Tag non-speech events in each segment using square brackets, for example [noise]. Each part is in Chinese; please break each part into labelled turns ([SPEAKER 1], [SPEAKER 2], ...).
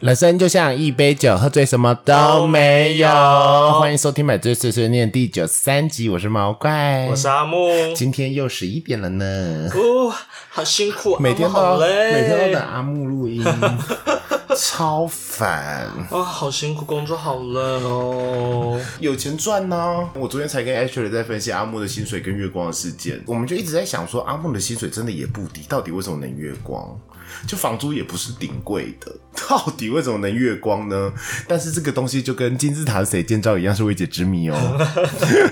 [SPEAKER 1] 人生就像一杯酒，喝醉什么都没有。欢迎收听《买醉碎碎念》第九十三集，我是毛怪，
[SPEAKER 2] 我是阿木。
[SPEAKER 1] 今天又十一点了呢，
[SPEAKER 2] 哦，好辛苦，
[SPEAKER 1] 每天
[SPEAKER 2] 阿
[SPEAKER 1] 都
[SPEAKER 2] 木好
[SPEAKER 1] 要
[SPEAKER 2] 累，
[SPEAKER 1] 每天都等阿木录
[SPEAKER 2] [laughs]
[SPEAKER 1] 音，超烦。
[SPEAKER 2] 哦，好辛苦，工作好累哦。
[SPEAKER 1] 有钱赚呢、我昨天才跟 Ashley 在分析阿木的薪水跟月光的事件，我们就一直在想说，阿木的薪水真的也不低，到底为什么能月光？就房租也不是顶贵的， [laughs] 到底为什么能月光呢？但是这个东西就跟金字塔谁建造一样，是未解之谜哦。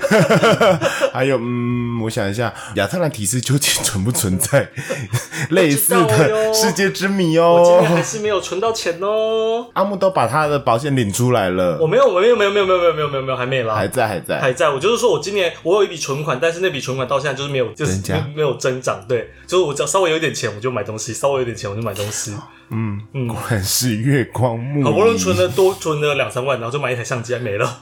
[SPEAKER 1] [laughs] 还有，嗯，我想一下，亚特兰提斯究竟存不存在
[SPEAKER 2] [laughs]
[SPEAKER 1] 类似
[SPEAKER 2] 我知道
[SPEAKER 1] 的
[SPEAKER 2] 哟
[SPEAKER 1] 世界之谜
[SPEAKER 2] 我今天
[SPEAKER 1] 哦
[SPEAKER 2] 还？是没有存到钱哦。
[SPEAKER 1] 阿木都把他的保险领出来
[SPEAKER 2] 我
[SPEAKER 1] 了，
[SPEAKER 2] 没有，我没有，没有，没有，没有，没有，没有，没有，没有，还没啦
[SPEAKER 1] 还，在，还在，
[SPEAKER 2] 还在。我就是说我今年我有一笔存款，但是那笔存款到现在就是没有，就是
[SPEAKER 1] 增加
[SPEAKER 2] 没有增长。对，就是我只要稍微有一点钱我就买东西，稍微有点钱我就买东西。
[SPEAKER 1] 嗯，
[SPEAKER 2] 嗯
[SPEAKER 1] 果然是月光木，
[SPEAKER 2] 好不容易存，了多存了两三万，然后就买一台相机，还没了。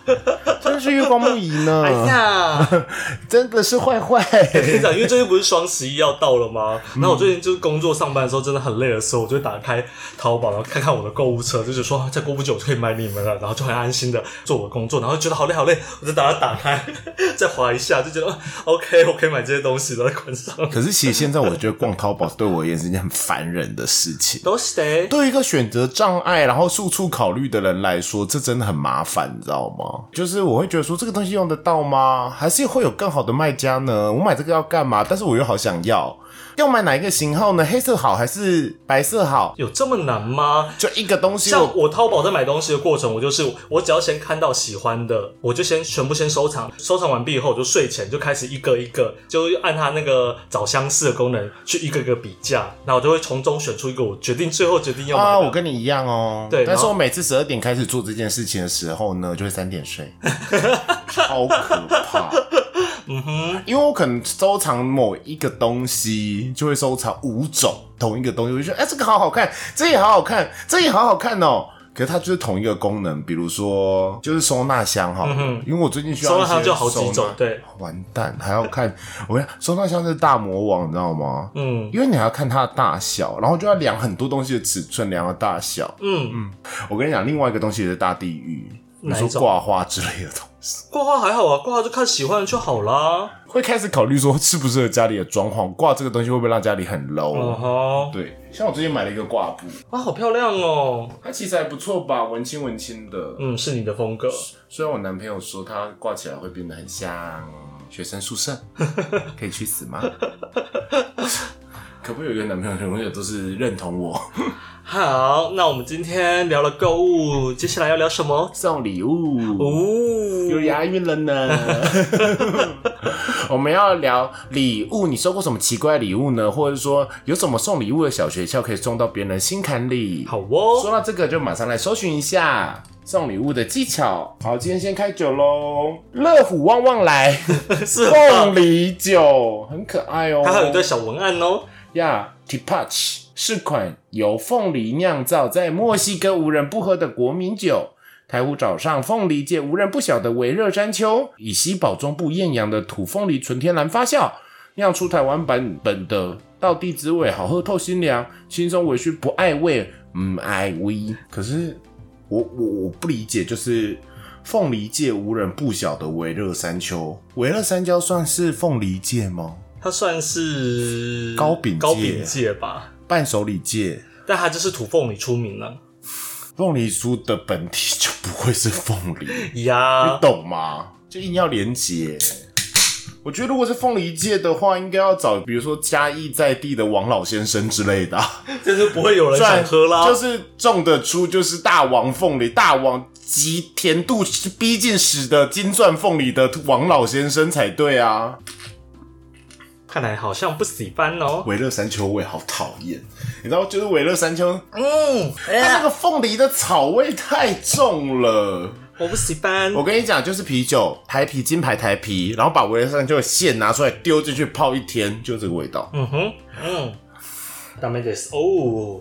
[SPEAKER 1] 真的是月光木仪
[SPEAKER 2] [laughs] 哎
[SPEAKER 1] 呢，
[SPEAKER 2] 呀。
[SPEAKER 1] [laughs] 真的是坏坏。
[SPEAKER 2] 跟你讲，因为最近不 [laughs] 是双十一要到了吗？然后我最近就是工作上班的时候真的很累的时候，我就会打开淘宝，然后看看我的购物车，就是说啊再过不久我就可以买你们了，然后就很安心的做我的工作，然后觉得哦好累好累，我就把它打开， [laughs] 再划一下，就觉得啊 OK，我可以买这些东西了，关上。
[SPEAKER 1] [laughs] 可是其实现在我觉得逛淘宝对我而言是一件很烦人的事情。
[SPEAKER 2] [laughs] 都是的，
[SPEAKER 1] 对一个选择障碍，然后处处考虑的人来说，这真的很麻烦，你知道吗？就是我会觉得说，这个东西用得到吗？还是会有更好的卖家呢？我买这个要干嘛？但是我又好想要，要买哪一个型号呢？黑色好还是白色好？
[SPEAKER 2] 有这么难吗？
[SPEAKER 1] 就一个东西我
[SPEAKER 2] 像我淘宝在买东西的过程，我就是我只要先看到喜欢的，我就先全部先收藏，收藏完毕以后，我就睡前就开始一个一个，就按它那个找相似的功能去一个一个比价，然后我就会从中选出一个我决定最后决定要买的。
[SPEAKER 1] 啊，我跟你一样哦。
[SPEAKER 2] 对
[SPEAKER 1] 但
[SPEAKER 2] 然
[SPEAKER 1] 是
[SPEAKER 2] 后
[SPEAKER 1] 我每次十二点开始做这件事情的时候呢，就会三点睡， [laughs] 超可怕。
[SPEAKER 2] 嗯哼，
[SPEAKER 1] 因为我可能收藏某一个东西，就会收藏五种同一个东西，我就觉得哎、这个好好看，这也好好看，这也好好
[SPEAKER 2] 嗯
[SPEAKER 1] 看哦。可是它就是同一个功能，比如说就是收纳箱哈，
[SPEAKER 2] 嗯哼
[SPEAKER 1] 因为我最近需要
[SPEAKER 2] 收纳
[SPEAKER 1] 一
[SPEAKER 2] 箱
[SPEAKER 1] 些
[SPEAKER 2] 就好
[SPEAKER 1] 收
[SPEAKER 2] 几
[SPEAKER 1] 纳
[SPEAKER 2] 种，对，
[SPEAKER 1] 完蛋还要看，我跟你讲收纳箱是大魔王，你知道吗？
[SPEAKER 2] 嗯
[SPEAKER 1] 因为你还要看它的大小，然后就要量很多东西的尺寸，量的大小。
[SPEAKER 2] 嗯，
[SPEAKER 1] 我跟你讲，另外一个东西也是大地狱，你
[SPEAKER 2] 哪一
[SPEAKER 1] 说
[SPEAKER 2] 种
[SPEAKER 1] 挂花之类的东西，
[SPEAKER 2] 挂画还好啊，挂画就看喜欢的就好啦。
[SPEAKER 1] 会开始考虑说适不适合家里的装潢，挂这个东西会不会让家里很 low？、
[SPEAKER 2] 哦吼，
[SPEAKER 1] 对，像我最近买了一个挂布，
[SPEAKER 2] 哇，好漂亮哦。
[SPEAKER 1] 它其实还不错吧，文青文青的。
[SPEAKER 2] 嗯，是你的风格。
[SPEAKER 1] 虽然我男朋友说它挂起来会变得很像学生宿
[SPEAKER 2] [laughs]
[SPEAKER 1] 舍，可以去死吗？可不可以有一个男朋友永远都是认同我
[SPEAKER 2] 好，那我们今天聊了购物，接下来要聊什么？
[SPEAKER 1] 送礼物？
[SPEAKER 2] 哦，
[SPEAKER 1] 有押韵了呢。
[SPEAKER 2] [laughs]
[SPEAKER 1] 我们要聊礼物，你收过什么奇怪的礼物呢？或者说有什么送礼物的小诀窍可以送到别人的心坎里？
[SPEAKER 2] 好哦。
[SPEAKER 1] 说到这个，就马上来搜寻一下送礼物的技巧。好，今天先开酒喽，乐虎旺旺来
[SPEAKER 2] [laughs] 是吧
[SPEAKER 1] 凤？梨酒，很可爱哦。
[SPEAKER 2] 它还有一段小文案哦。
[SPEAKER 1] 呀 t i p a c h 是款由凤梨酿造，在墨西哥无人不喝的国民酒。台湖岛上凤梨界无人不晓的维热山丘，以西堡中部艳阳的土凤梨纯天然发酵，酿出台湾版本的道地滋味，好喝透心凉，轻松微醺不爱味，嗯爱味。可是我我我不理解，就是凤梨界无人不晓的维热山丘，维热山丘算是凤梨界吗？
[SPEAKER 2] 它算是
[SPEAKER 1] 糕饼界
[SPEAKER 2] 糕饼界吧，
[SPEAKER 1] 伴手礼界？
[SPEAKER 2] 但它就是土凤梨出名啊了
[SPEAKER 1] 凤梨酥的本体就不会是凤梨，你
[SPEAKER 2] 呀。
[SPEAKER 1] 懂吗？就硬要连结。我觉得如果是凤梨界的话，应该要找比如说嘉义在地的王老先生之类的啊，
[SPEAKER 2] 这就不会有人想喝啦。
[SPEAKER 1] 就是种得出就是大王凤梨、大王及甜度逼近史的金钻凤梨的王老先生才对啊。
[SPEAKER 2] 看来好像不喜欢哦。
[SPEAKER 1] 维乐山丘味好讨厌，你知道，就是维乐山丘，
[SPEAKER 2] 嗯，哎
[SPEAKER 1] 它那
[SPEAKER 2] 呀
[SPEAKER 1] 个凤梨的草味太重了。
[SPEAKER 2] 我不喜
[SPEAKER 1] [laughs]
[SPEAKER 2] 欢。
[SPEAKER 1] 我跟你讲，就是啤酒台啤金牌台啤，然后把维乐山丘的线拿出来丢进去泡一天，就这个味道。
[SPEAKER 2] 嗯哼，嗯，ダメです。哦，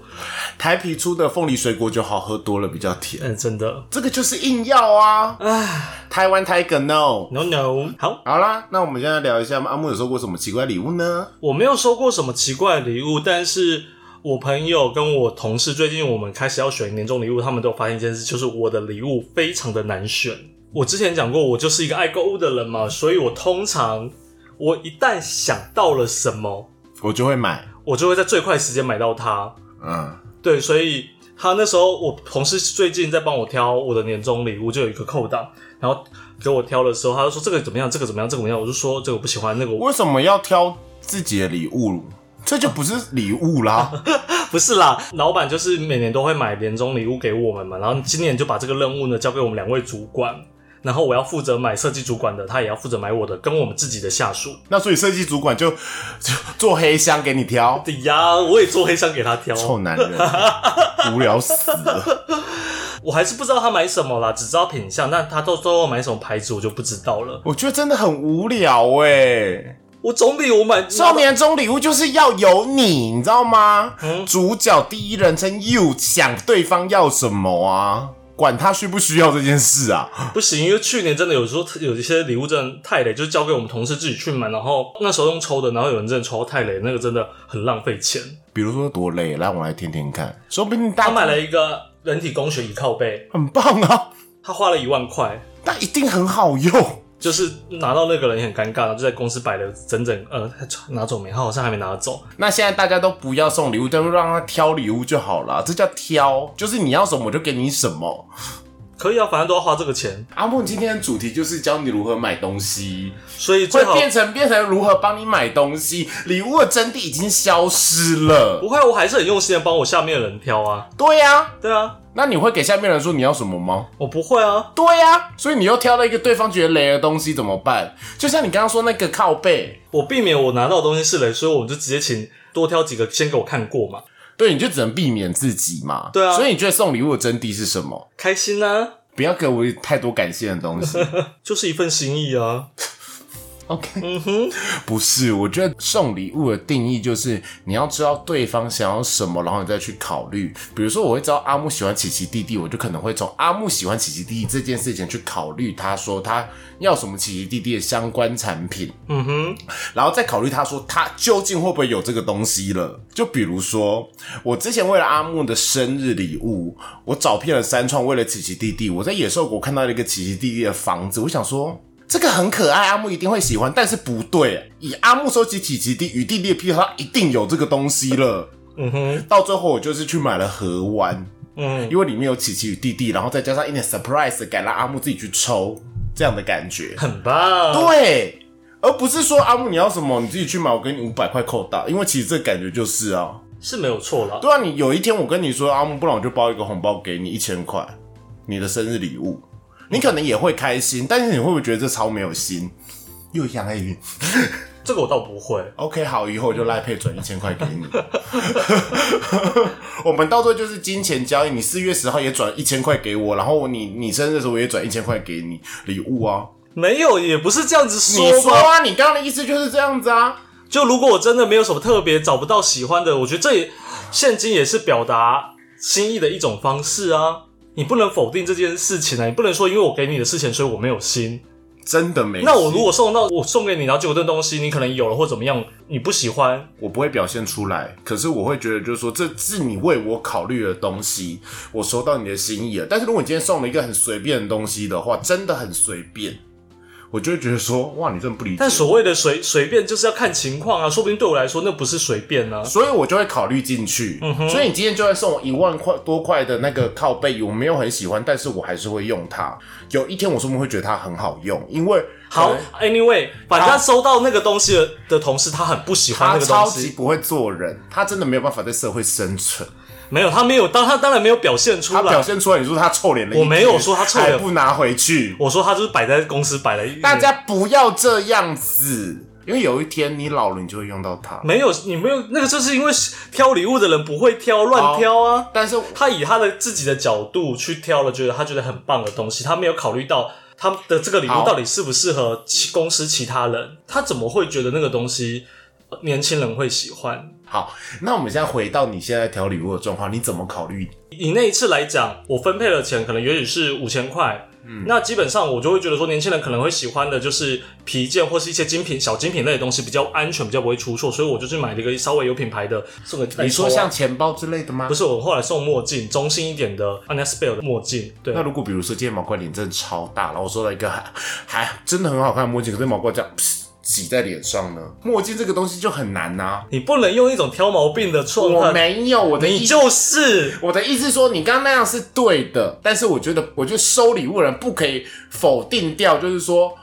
[SPEAKER 1] 台啤出的凤梨水果酒好喝多了，比较甜。
[SPEAKER 2] 嗯，真的，
[SPEAKER 1] 这个就是硬要啊，
[SPEAKER 2] 唉
[SPEAKER 1] 台湾 Tiger No。
[SPEAKER 2] ，no no。好，
[SPEAKER 1] 好啦，那我们现在聊一下阿木有收过什么奇怪礼物呢？
[SPEAKER 2] 我没有收过什么奇怪的礼物，但是我朋友跟我同事最近我们开始要选年终礼物，他们都有发现一件事，就是我的礼物非常的难选。我之前讲过，我就是一个爱购物的人嘛，所以我通常我一旦想到了什么，
[SPEAKER 1] 我就会买。
[SPEAKER 2] 我就会在最快时间买到它。
[SPEAKER 1] 嗯，
[SPEAKER 2] 对，所以他那时候我同事最近在帮我挑我的年终礼物，就有一个扣档，然后给我挑的时候，他就说这个怎么样，这个怎么样，这个怎么样，我就说这个我不喜欢，那个我
[SPEAKER 1] 为什么要挑自己的礼物？这就不是礼物啦。 [laughs]
[SPEAKER 2] 不是啦。老板就是每年都会买年终礼物给我们嘛，然后今年就把这个任务呢交给我们两位主管。然后我要负责买设计主管的，他也要负责买我的，跟我们自己的下 [laughs] 属。
[SPEAKER 1] 那所以设计主管就就做黑箱给你挑，
[SPEAKER 2] 对呀，啊我也做黑箱给他挑。
[SPEAKER 1] 臭男人，无聊死了。
[SPEAKER 2] 我还是不知道他买什么啦，只知道品相，但他到最后买什么牌子我就不知道了。
[SPEAKER 1] 我觉得真的很无聊哎、
[SPEAKER 2] 我总比我买
[SPEAKER 1] 少年中礼物就是要有你，你知道吗？
[SPEAKER 2] 嗯
[SPEAKER 1] 主角第一人称 you 想对方要什么啊？管他需不需要这件事啊？
[SPEAKER 2] 不行，因为去年真的有时候有一些礼物真的太累，就是交给我们同事自己去买，然后那时候用抽的，然后有人真的抽到太累，那个真的很浪费钱。
[SPEAKER 1] 比如说多累，来我来听听看，说不定
[SPEAKER 2] 他
[SPEAKER 1] 大
[SPEAKER 2] 买了一个人体工学椅靠背，
[SPEAKER 1] 很棒啊，
[SPEAKER 2] 他花了一万块，
[SPEAKER 1] 但一定很好用。
[SPEAKER 2] 就是拿到那个人也很尴尬，然后就在公司摆了整整呃他拿走没，他好像还没拿走。
[SPEAKER 1] 那现在大家都不要送礼物，都让他挑礼物就好了，这叫挑，就是你要什么我就给你什么。
[SPEAKER 2] 可以啊，反正都要花这个钱，
[SPEAKER 1] 阿木今天的主题就是教你如何买东西，
[SPEAKER 2] 所以最
[SPEAKER 1] 会
[SPEAKER 2] 好
[SPEAKER 1] 变成变成如何帮你买东西，礼物的真谛已经消失了。
[SPEAKER 2] 不会啊，我还是很用心的帮我下面的人挑啊。
[SPEAKER 1] 对呀、
[SPEAKER 2] 对啊，
[SPEAKER 1] 那你会给下面人说你要什么吗？
[SPEAKER 2] 我不会啊，
[SPEAKER 1] 对呀、所以你又挑了一个对方觉得雷的东西怎么办？就像你刚刚说那个靠背，
[SPEAKER 2] 我避免我拿到的东西是雷，所以我就直接请多挑几个先给我看过嘛，
[SPEAKER 1] 对，你就只能避免自己嘛。
[SPEAKER 2] 对啊
[SPEAKER 1] 所以你觉得送礼物的真谛是什么？
[SPEAKER 2] 开心啊。
[SPEAKER 1] 不要给我太多感谢的东
[SPEAKER 2] [laughs]
[SPEAKER 1] 西。
[SPEAKER 2] 就是一份心意啊。
[SPEAKER 1] OK，
[SPEAKER 2] 嗯哼，
[SPEAKER 1] 不是，我觉得送礼物的定义就是你要知道对方想要什么，然后你再去考虑。比如说，我会知道阿木喜欢奇奇弟弟，我就可能会从阿木喜欢奇奇弟弟这件事情去考虑，他说他要什么奇奇弟弟的相关产品。
[SPEAKER 2] 嗯哼，
[SPEAKER 1] 然后再考虑他说他究竟会不会有这个东西了。就比如说，我之前为了阿木的生日礼物，我找遍了三创，为了奇奇弟弟，我在野兽国看到了一个奇奇弟弟的房子，我想说。这个很可爱，阿木一定会喜欢，但是不对，以阿木收集奇奇弟与弟弟的癖好，他一定有这个东西了。
[SPEAKER 2] 嗯哼，
[SPEAKER 1] 到最后，我就是去买了盒玩，
[SPEAKER 2] 嗯，
[SPEAKER 1] 因为里面有琪琪与弟弟，然后再加上一点 surprise 的感，让阿木自己去抽，这样的感觉。
[SPEAKER 2] 很棒。
[SPEAKER 1] 对，而不是说阿木你要什么你自己去买，我给你五百块扣打，因为其实这感觉就是啊，
[SPEAKER 2] 是没有错啦。
[SPEAKER 1] 对啊，你有一天我跟你说阿木，不然我就包一个红包给你一千块，你的生日礼物，你可能也会开心，但是你会不会觉得这超没有心？又一样爱运
[SPEAKER 2] 这个我倒不会。
[SPEAKER 1] ，OK，好，以后我就赖配转一千块给你。 [laughs] 我们到最后就是金钱交易，你四月十号也转一千块给我，然后你你生日的时候我也转一千块给你礼物啊。
[SPEAKER 2] 没有，也不是这样子
[SPEAKER 1] 你
[SPEAKER 2] 说
[SPEAKER 1] 说
[SPEAKER 2] 吧。
[SPEAKER 1] 啊，你刚刚的意思就是这样子啊。
[SPEAKER 2] 就如果我真的没有什么特别找不到喜欢的，我觉得这也现金也是表达心意的一种方式啊。你不能否定这件事情啊，你不能说因为我给你的事情，所以我没有心。
[SPEAKER 1] 真的没心。
[SPEAKER 2] 那我如果送到我送给你，然后结果这东西你可能有了或怎么样，你不喜欢，
[SPEAKER 1] 我不会表现出来，可是我会觉得就是说，这是你为我考虑的东西，我收到你的心意了。但是如果你今天送了一个很随便的东西的话，真的很随便，我就会觉得说，哇，你真的不理解。
[SPEAKER 2] 但所谓的随随便就是要看情况啊，说不定对我来说那不是随便啊。
[SPEAKER 1] 所以我就会考虑进去。
[SPEAKER 2] 嗯
[SPEAKER 1] 所以你今天就算送我一万块多块的那个靠背，我没有很喜欢，但是我还是会用它。有一天我说不定会觉得它很好用，因为
[SPEAKER 2] 好
[SPEAKER 1] 可能
[SPEAKER 2] ，Anyway，反正他收到那个东西的的同事，他很不喜欢
[SPEAKER 1] 它
[SPEAKER 2] 那个东
[SPEAKER 1] 超级
[SPEAKER 2] 西。
[SPEAKER 1] 不会做人，它真的没有办法在社会生存。
[SPEAKER 2] 没有，他没有，当他当然没有表现出
[SPEAKER 1] 他表
[SPEAKER 2] 来。
[SPEAKER 1] 现出来，你说他臭脸了一天，
[SPEAKER 2] 我没有说他臭脸
[SPEAKER 1] 还不拿回去。
[SPEAKER 2] 我说他就是摆在公司摆了一。
[SPEAKER 1] 大家不要这样子，因为有一天你老了，你就会用到它。
[SPEAKER 2] 没有，你没有那个，就是因为挑礼物的人不会挑，
[SPEAKER 1] 哦
[SPEAKER 2] 乱挑啊。
[SPEAKER 1] 但是
[SPEAKER 2] 他以他的自己的角度去挑了，觉得他觉得很棒的东西，他没有考虑到他的这个礼物
[SPEAKER 1] 好
[SPEAKER 2] 到底适不适合其公司其他人，他怎么会觉得那个东西呃年轻人会喜欢？
[SPEAKER 1] 好，那我们现在回到你现在挑礼物的状况，你怎么考虑？
[SPEAKER 2] 以那一次来讲，我分配的钱可能也许是五千块，
[SPEAKER 1] 嗯
[SPEAKER 2] 那基本上我就会觉得说，年轻人可能会喜欢的就是皮件或是一些精品、小精品类的东西，比较安全，比较不会出错。所以我就是买了一个稍微有品牌的，送给
[SPEAKER 1] 你说像钱包之类的吗？
[SPEAKER 2] 哎啊不是我后来送墨镜，中性一点的 a n e s p e l 的墨镜，对
[SPEAKER 1] 那，如果比如说今天毛怪脸真的超大，然后我收到一个还还真的很好看的墨镜，可是毛怪这样噗挤在脸上呢？墨镜这个东西就很难呐、
[SPEAKER 2] 你不能用一种挑毛病的错
[SPEAKER 1] 我
[SPEAKER 2] 判，
[SPEAKER 1] 没有，我的意
[SPEAKER 2] 你就是
[SPEAKER 1] 我的意思说，你刚刚那样是对的，但是我觉得，我觉得收礼物人不可以否定掉，就是说，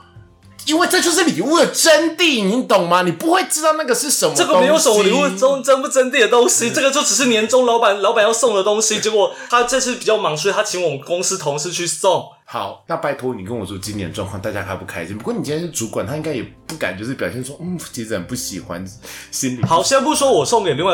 [SPEAKER 1] 因为这就是礼物的真谛，你懂吗？你不会知道那个是什么东西，
[SPEAKER 2] 这个没有什么礼物中真不真谛的东西，这个就只是年终老板老板要送的东西。结果他这次比较忙，所以他请我们公司同事去送。
[SPEAKER 1] 好，那拜托你跟我说今年状况，大家开不开心？不过你今天是主管，他应该也不敢就是表现说，嗯，其实很不喜欢，心里
[SPEAKER 2] 好，先不说我送给另外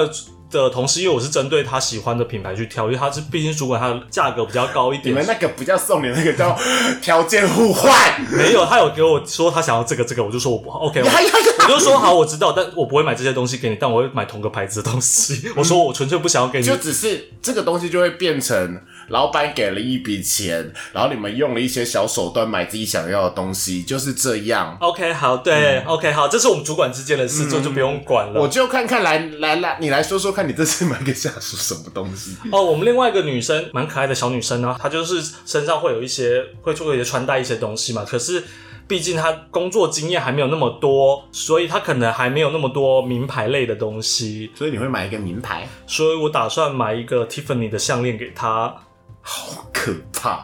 [SPEAKER 2] 的同事，因为我是针对他喜欢的品牌去挑，因为他是毕竟主管，他的价格比较高一
[SPEAKER 1] 你
[SPEAKER 2] 点
[SPEAKER 1] 们。那个不叫送礼，那个叫条件互换。
[SPEAKER 2] 没有，他有给我说他想要这个这个，我就说我不 OK，我
[SPEAKER 1] 呀呀
[SPEAKER 2] 我
[SPEAKER 1] 呀！
[SPEAKER 2] 就说好，我知道，但我不会买这些东西给你，但我会买同个牌子的东西。我说我纯粹不想要给你
[SPEAKER 1] 嗯就，只是这个东西就会变成老板给了一笔钱，然后你们用了一些小手段买自己想要的东西，就是这样。
[SPEAKER 2] OK，好，对、o k 好，这是我们主管之间的事，就、就不用管
[SPEAKER 1] 嗯我
[SPEAKER 2] 了。
[SPEAKER 1] 就看看来来来，你来说说看你这次买给下属什么东西？
[SPEAKER 2] 哦，我们另外一个女生蛮可爱的小女生啊呢，她就是身上会有一些会做一些穿戴一些东西嘛，可是。毕竟她工作经验还没有那么多，所以她可能还没有那么多名牌类的东西，
[SPEAKER 1] 所以你会买一个名牌，
[SPEAKER 2] 所以我打算买一个 Tiffany 的项链给她。
[SPEAKER 1] 好可怕，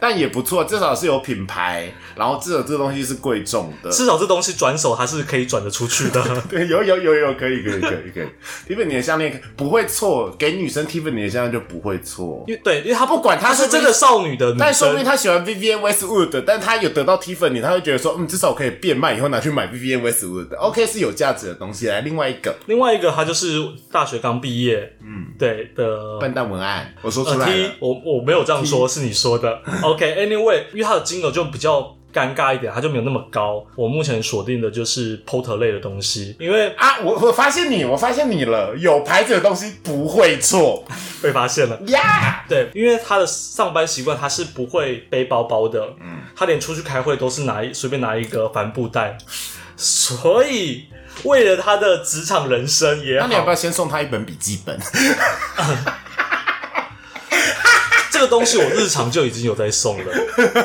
[SPEAKER 1] 但也不错，至少是有品牌，然后至少这个东西是贵重的。
[SPEAKER 2] 至少这东西转手还是可以转得出去的。
[SPEAKER 1] 对，有有有有，可以可以可以可以。Tiffany 的项链不会错，给女生 Tiffany 的项链就不会错。
[SPEAKER 2] 因为对，因为她
[SPEAKER 1] 不管她
[SPEAKER 2] 她
[SPEAKER 1] 是
[SPEAKER 2] 是
[SPEAKER 1] 不是
[SPEAKER 2] 真的少女的女
[SPEAKER 1] 但说不
[SPEAKER 2] 生
[SPEAKER 1] 定，他喜欢 Vivian Westwood，但他有得到 Tiffany，他会觉得说，嗯，至少我可以变卖，以后拿去买 Vivian Westwood。OK，是有价值的东西。来，另外一个
[SPEAKER 2] 另外一个她就是大学刚毕业，嗯，对的
[SPEAKER 1] 笨蛋文案，我说出
[SPEAKER 2] 呃
[SPEAKER 1] 来了
[SPEAKER 2] ，T，。我我没有这样说，是你
[SPEAKER 1] [laughs]
[SPEAKER 2] 说的。OK，Anyway，、因为它的金额就比较尴尬一点，它就没有那么高。我目前锁定的就是 Porter 类的东西，因为
[SPEAKER 1] 啊，我我发现你，我发现你了，有牌子的东西不会
[SPEAKER 2] [laughs]
[SPEAKER 1] 错
[SPEAKER 2] 被发现
[SPEAKER 1] 嗯
[SPEAKER 2] 了。
[SPEAKER 1] 呀。
[SPEAKER 2] 对，因为他的上班习惯，他是不会背包包的，嗯，他连出去开会都是拿一随便拿一个帆布袋，所以为了他的职场人生也
[SPEAKER 1] 那
[SPEAKER 2] 好
[SPEAKER 1] 你，要不要先送他一本笔记本？
[SPEAKER 2] 这个东西我日常就已经有在送
[SPEAKER 1] [laughs]
[SPEAKER 2] 了。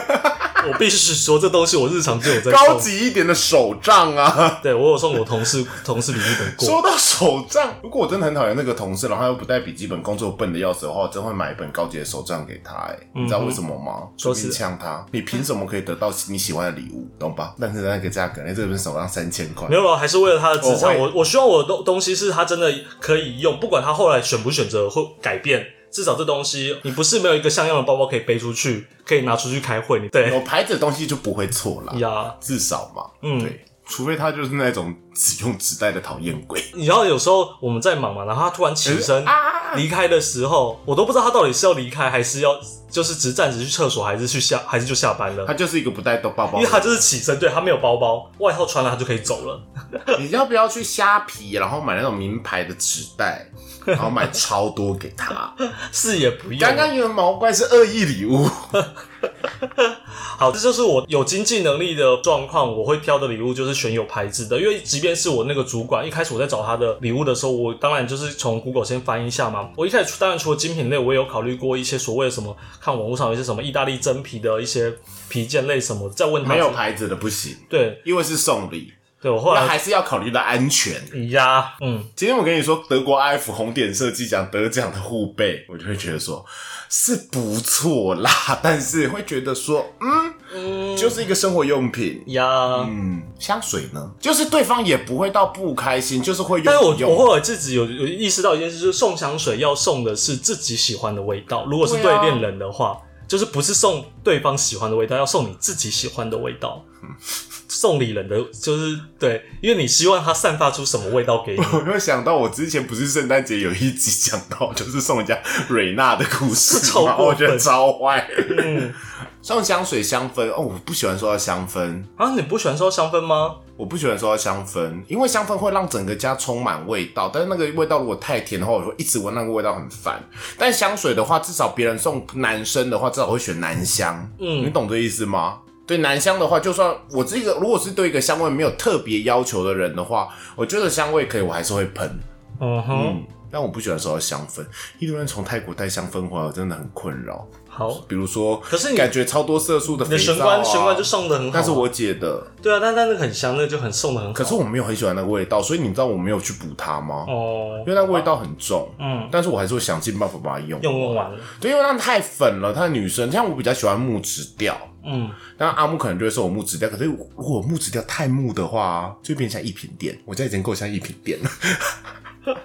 [SPEAKER 2] 我必须说，这东西我日常就有在
[SPEAKER 1] 高
[SPEAKER 2] 送。
[SPEAKER 1] 级一点的手账啊。
[SPEAKER 2] 对我有送我同事同事笔记本过。
[SPEAKER 1] 说到手账，如果我真的很讨厌那个同事，然后他又不带笔记本，工作笨的要死的话，我真会买一本高级的手账给他、欸。哎、你知道为什么吗？
[SPEAKER 2] 嗯说
[SPEAKER 1] 随便
[SPEAKER 2] 是
[SPEAKER 1] 呛他，你凭什么可以得到你喜欢的礼物，懂吧？但是那个价格，那这本手账三千块
[SPEAKER 2] 没，有了，还是为了他的职
[SPEAKER 1] 我
[SPEAKER 2] 场。
[SPEAKER 1] 会
[SPEAKER 2] 我我希望我的东东西是他真的可以用，不管他后来选不选择或改变，至少这东西你不是没有一个像样的包包可以背出去，可以拿出去开会。你对
[SPEAKER 1] 有牌子的东西就不会错啦，
[SPEAKER 2] 呀，
[SPEAKER 1] 至少嘛，
[SPEAKER 2] 嗯
[SPEAKER 1] 对。除非他就是那种只用纸袋的讨厌
[SPEAKER 2] [laughs]
[SPEAKER 1] 鬼，
[SPEAKER 2] 你知道有时候我们在忙嘛，然后他突然起身
[SPEAKER 1] 啊
[SPEAKER 2] 离开的时候，我都不知道他到底是要离开还是要就是只暂时去厕所，还是去下还是就下班了
[SPEAKER 1] 他。就是一个不带包包
[SPEAKER 2] 因
[SPEAKER 1] 的
[SPEAKER 2] 为他就是起身，对他没有包包，外套穿了他就可以走了。
[SPEAKER 1] 你要不要去虾皮，然后买那种名牌的纸袋，然后买超多给
[SPEAKER 2] [laughs]
[SPEAKER 1] 他？
[SPEAKER 2] 是也不用。
[SPEAKER 1] 刚刚有毛怪是恶意礼物，
[SPEAKER 2] 好，这就是我有经济能力的状况，我会挑的礼物就是选有牌子的，因为即便是我那个主管，一开始我在找他的礼物的时候，我当然就是从 Google 先翻一下嘛。我一开始当然除了精品类，我也有考虑过一些所谓的什么，看网络上有一些什么意大利真皮的一些皮件类什么的，再问他
[SPEAKER 1] 没有。牌子的不行。
[SPEAKER 2] 对
[SPEAKER 1] 因为是送礼，
[SPEAKER 2] 对，我后
[SPEAKER 1] 那
[SPEAKER 2] 来
[SPEAKER 1] 还是要考虑到安全。
[SPEAKER 2] 呀，嗯，
[SPEAKER 1] 今天我跟你说，德国 IF 红点设计奖得奖的护贝，我就会觉得说是不错啦，但是会觉得说，嗯，就是一个生活用品。
[SPEAKER 2] 呀。
[SPEAKER 1] 嗯，香水呢，就是对方也不会到不开心，就是会用
[SPEAKER 2] 但是我
[SPEAKER 1] 不用
[SPEAKER 2] 我后来自己有有意识到一件事，就是送香水要送的是自己喜欢的味道，如果是
[SPEAKER 1] 对
[SPEAKER 2] 对
[SPEAKER 1] 啊
[SPEAKER 2] 恋人的话，就是不是送对方喜欢的味道，要送你自己喜欢的味道。 [laughs] 送礼人的就是对，因为你希望他散发出什么味道
[SPEAKER 1] [laughs]
[SPEAKER 2] 给你。
[SPEAKER 1] 我又想到，我之前不是圣诞节有一集讲到，就是送人家瑞娜的故事嘛，
[SPEAKER 2] [laughs] 超过分
[SPEAKER 1] 我觉得超坏。
[SPEAKER 2] 嗯，
[SPEAKER 1] 像香水香氛哦，我不喜欢收到香氛，
[SPEAKER 2] 啊，你不喜欢收到香氛吗？
[SPEAKER 1] 我不喜欢收到香氛，因为香氛会让整个家充满味道，但是那个味道如果太甜的话，我说一直闻那个味道很烦。但香水的话，至少别人送男生的话，至少会选男香，
[SPEAKER 2] 嗯
[SPEAKER 1] 你懂这意思吗？对男香的话，就算我这个如果是对一个香味没有特别要求的人的话，我觉得香味可以，我还是会喷，
[SPEAKER 2] 嗯哼，
[SPEAKER 1] 嗯，但我不喜欢收到香氛。一堆人从泰国带香氛回来，我真的很困扰。
[SPEAKER 2] 好，
[SPEAKER 1] 比如说，可
[SPEAKER 2] 是你
[SPEAKER 1] 感觉超多色素的
[SPEAKER 2] 你的
[SPEAKER 1] 肥
[SPEAKER 2] 玄
[SPEAKER 1] 皂
[SPEAKER 2] 关
[SPEAKER 1] 啊，
[SPEAKER 2] 玄关就送的很好啊，
[SPEAKER 1] 但是我姐的，
[SPEAKER 2] 对啊，但但那个很香，那个就很送的很好。
[SPEAKER 1] 可是我没有很喜欢那个味道，所以你知道我没有去补它吗？
[SPEAKER 2] 哦
[SPEAKER 1] 因，为那味道很重，
[SPEAKER 2] 嗯，
[SPEAKER 1] 但是我还是会想尽办法把它用
[SPEAKER 2] 用用完了，
[SPEAKER 1] 对，因为它太粉了，它女生像我比较喜欢木质调，
[SPEAKER 2] 嗯，
[SPEAKER 1] 但阿木可能就会说我木质调，可是如果我木质调太木的话，就会变成像一品店。我家已经够像一品店了。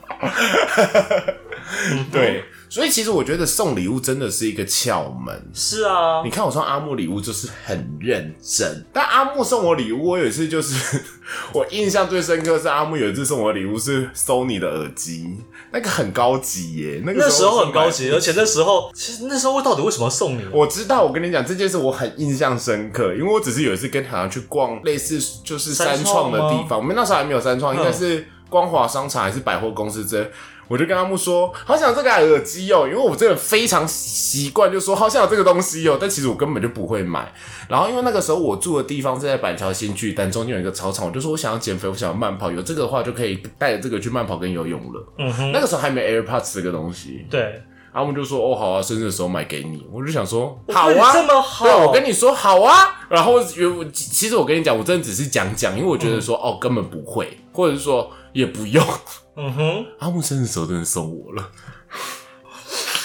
[SPEAKER 2] 嗯
[SPEAKER 1] 对， [laughs] 所以其实我觉得送礼物真的是一个窍门。
[SPEAKER 2] 是啊
[SPEAKER 1] 你，看我送阿木礼物就是很认真，但阿木送我礼物，我有一次就是 [laughs] 我印象最深刻是阿木有一次送我礼物是 Sony 的耳机，那个很高级耶，那个
[SPEAKER 2] 那时候很高级，而
[SPEAKER 1] 且
[SPEAKER 2] 且那时候其实那时候到底为什么要送你？
[SPEAKER 1] 我知道，我跟你讲这件事我很印象深刻，因为我只是有一次跟好像去逛类似就是
[SPEAKER 2] 三
[SPEAKER 1] 三创的
[SPEAKER 2] 创吗
[SPEAKER 1] 地方，我们那时候还没有三创，
[SPEAKER 2] 嗯
[SPEAKER 1] 应该是光华商场还是百货公司这。我就跟阿木说，好想这个耳机哦、因为我这个人非常习惯，就说好想有这个东西哦、但其实我根本就不会买。然后因为那个时候我住的地方是在板桥新巨蛋中间有一个操场，我就说我想要减肥，我想要慢跑，有这个的话就可以带着这个去慢跑跟游泳了。
[SPEAKER 2] 嗯哼，
[SPEAKER 1] 那个时候还没 AirPods 这个东西，
[SPEAKER 2] 对，
[SPEAKER 1] 阿木就说哦好啊，生日的时候买给你。我就想说
[SPEAKER 2] 我
[SPEAKER 1] 好
[SPEAKER 2] 对你
[SPEAKER 1] 啊，
[SPEAKER 2] 这么好
[SPEAKER 1] 对我跟你说好啊。然后原其实我跟你讲，我真的只是讲讲，因为我觉得说、哦根本不会，或者是说也不用。 [laughs]
[SPEAKER 2] 嗯哼，
[SPEAKER 1] 阿木生日时候真的送我了，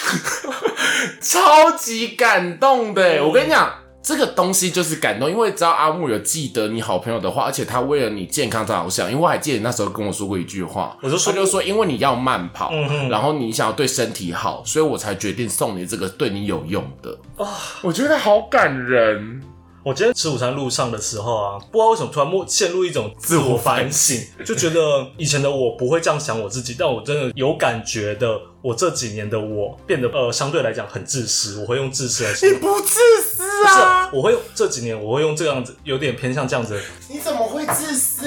[SPEAKER 1] [laughs] 超级感动的
[SPEAKER 2] 嗯
[SPEAKER 1] 欸。我跟你讲，这个东西就是感动，因为只要阿木有记得你好朋友的话，而且他为了你健康着想，因为我还记得你那时候跟我说过一句话，
[SPEAKER 2] 我就说
[SPEAKER 1] 他就说因为你要慢跑，
[SPEAKER 2] 嗯哼
[SPEAKER 1] 然后你想要对身体好，所以我才决定送你这个对你有用的。我觉得好感人。
[SPEAKER 2] 我今天吃午餐路上的时候啊，不知道为什么突然默陷入一种自我反 [laughs] 省，就觉得以前的我不会这样想我自己，但我真的有感觉的，我这几年的我变得呃相对来讲很自私，我会用自私来形
[SPEAKER 1] 你
[SPEAKER 2] 容。
[SPEAKER 1] 不自私
[SPEAKER 2] 不是
[SPEAKER 1] 啊？，
[SPEAKER 2] 我会用这几年我会用这样子，有点偏向这样子的
[SPEAKER 1] 你怎么会自私？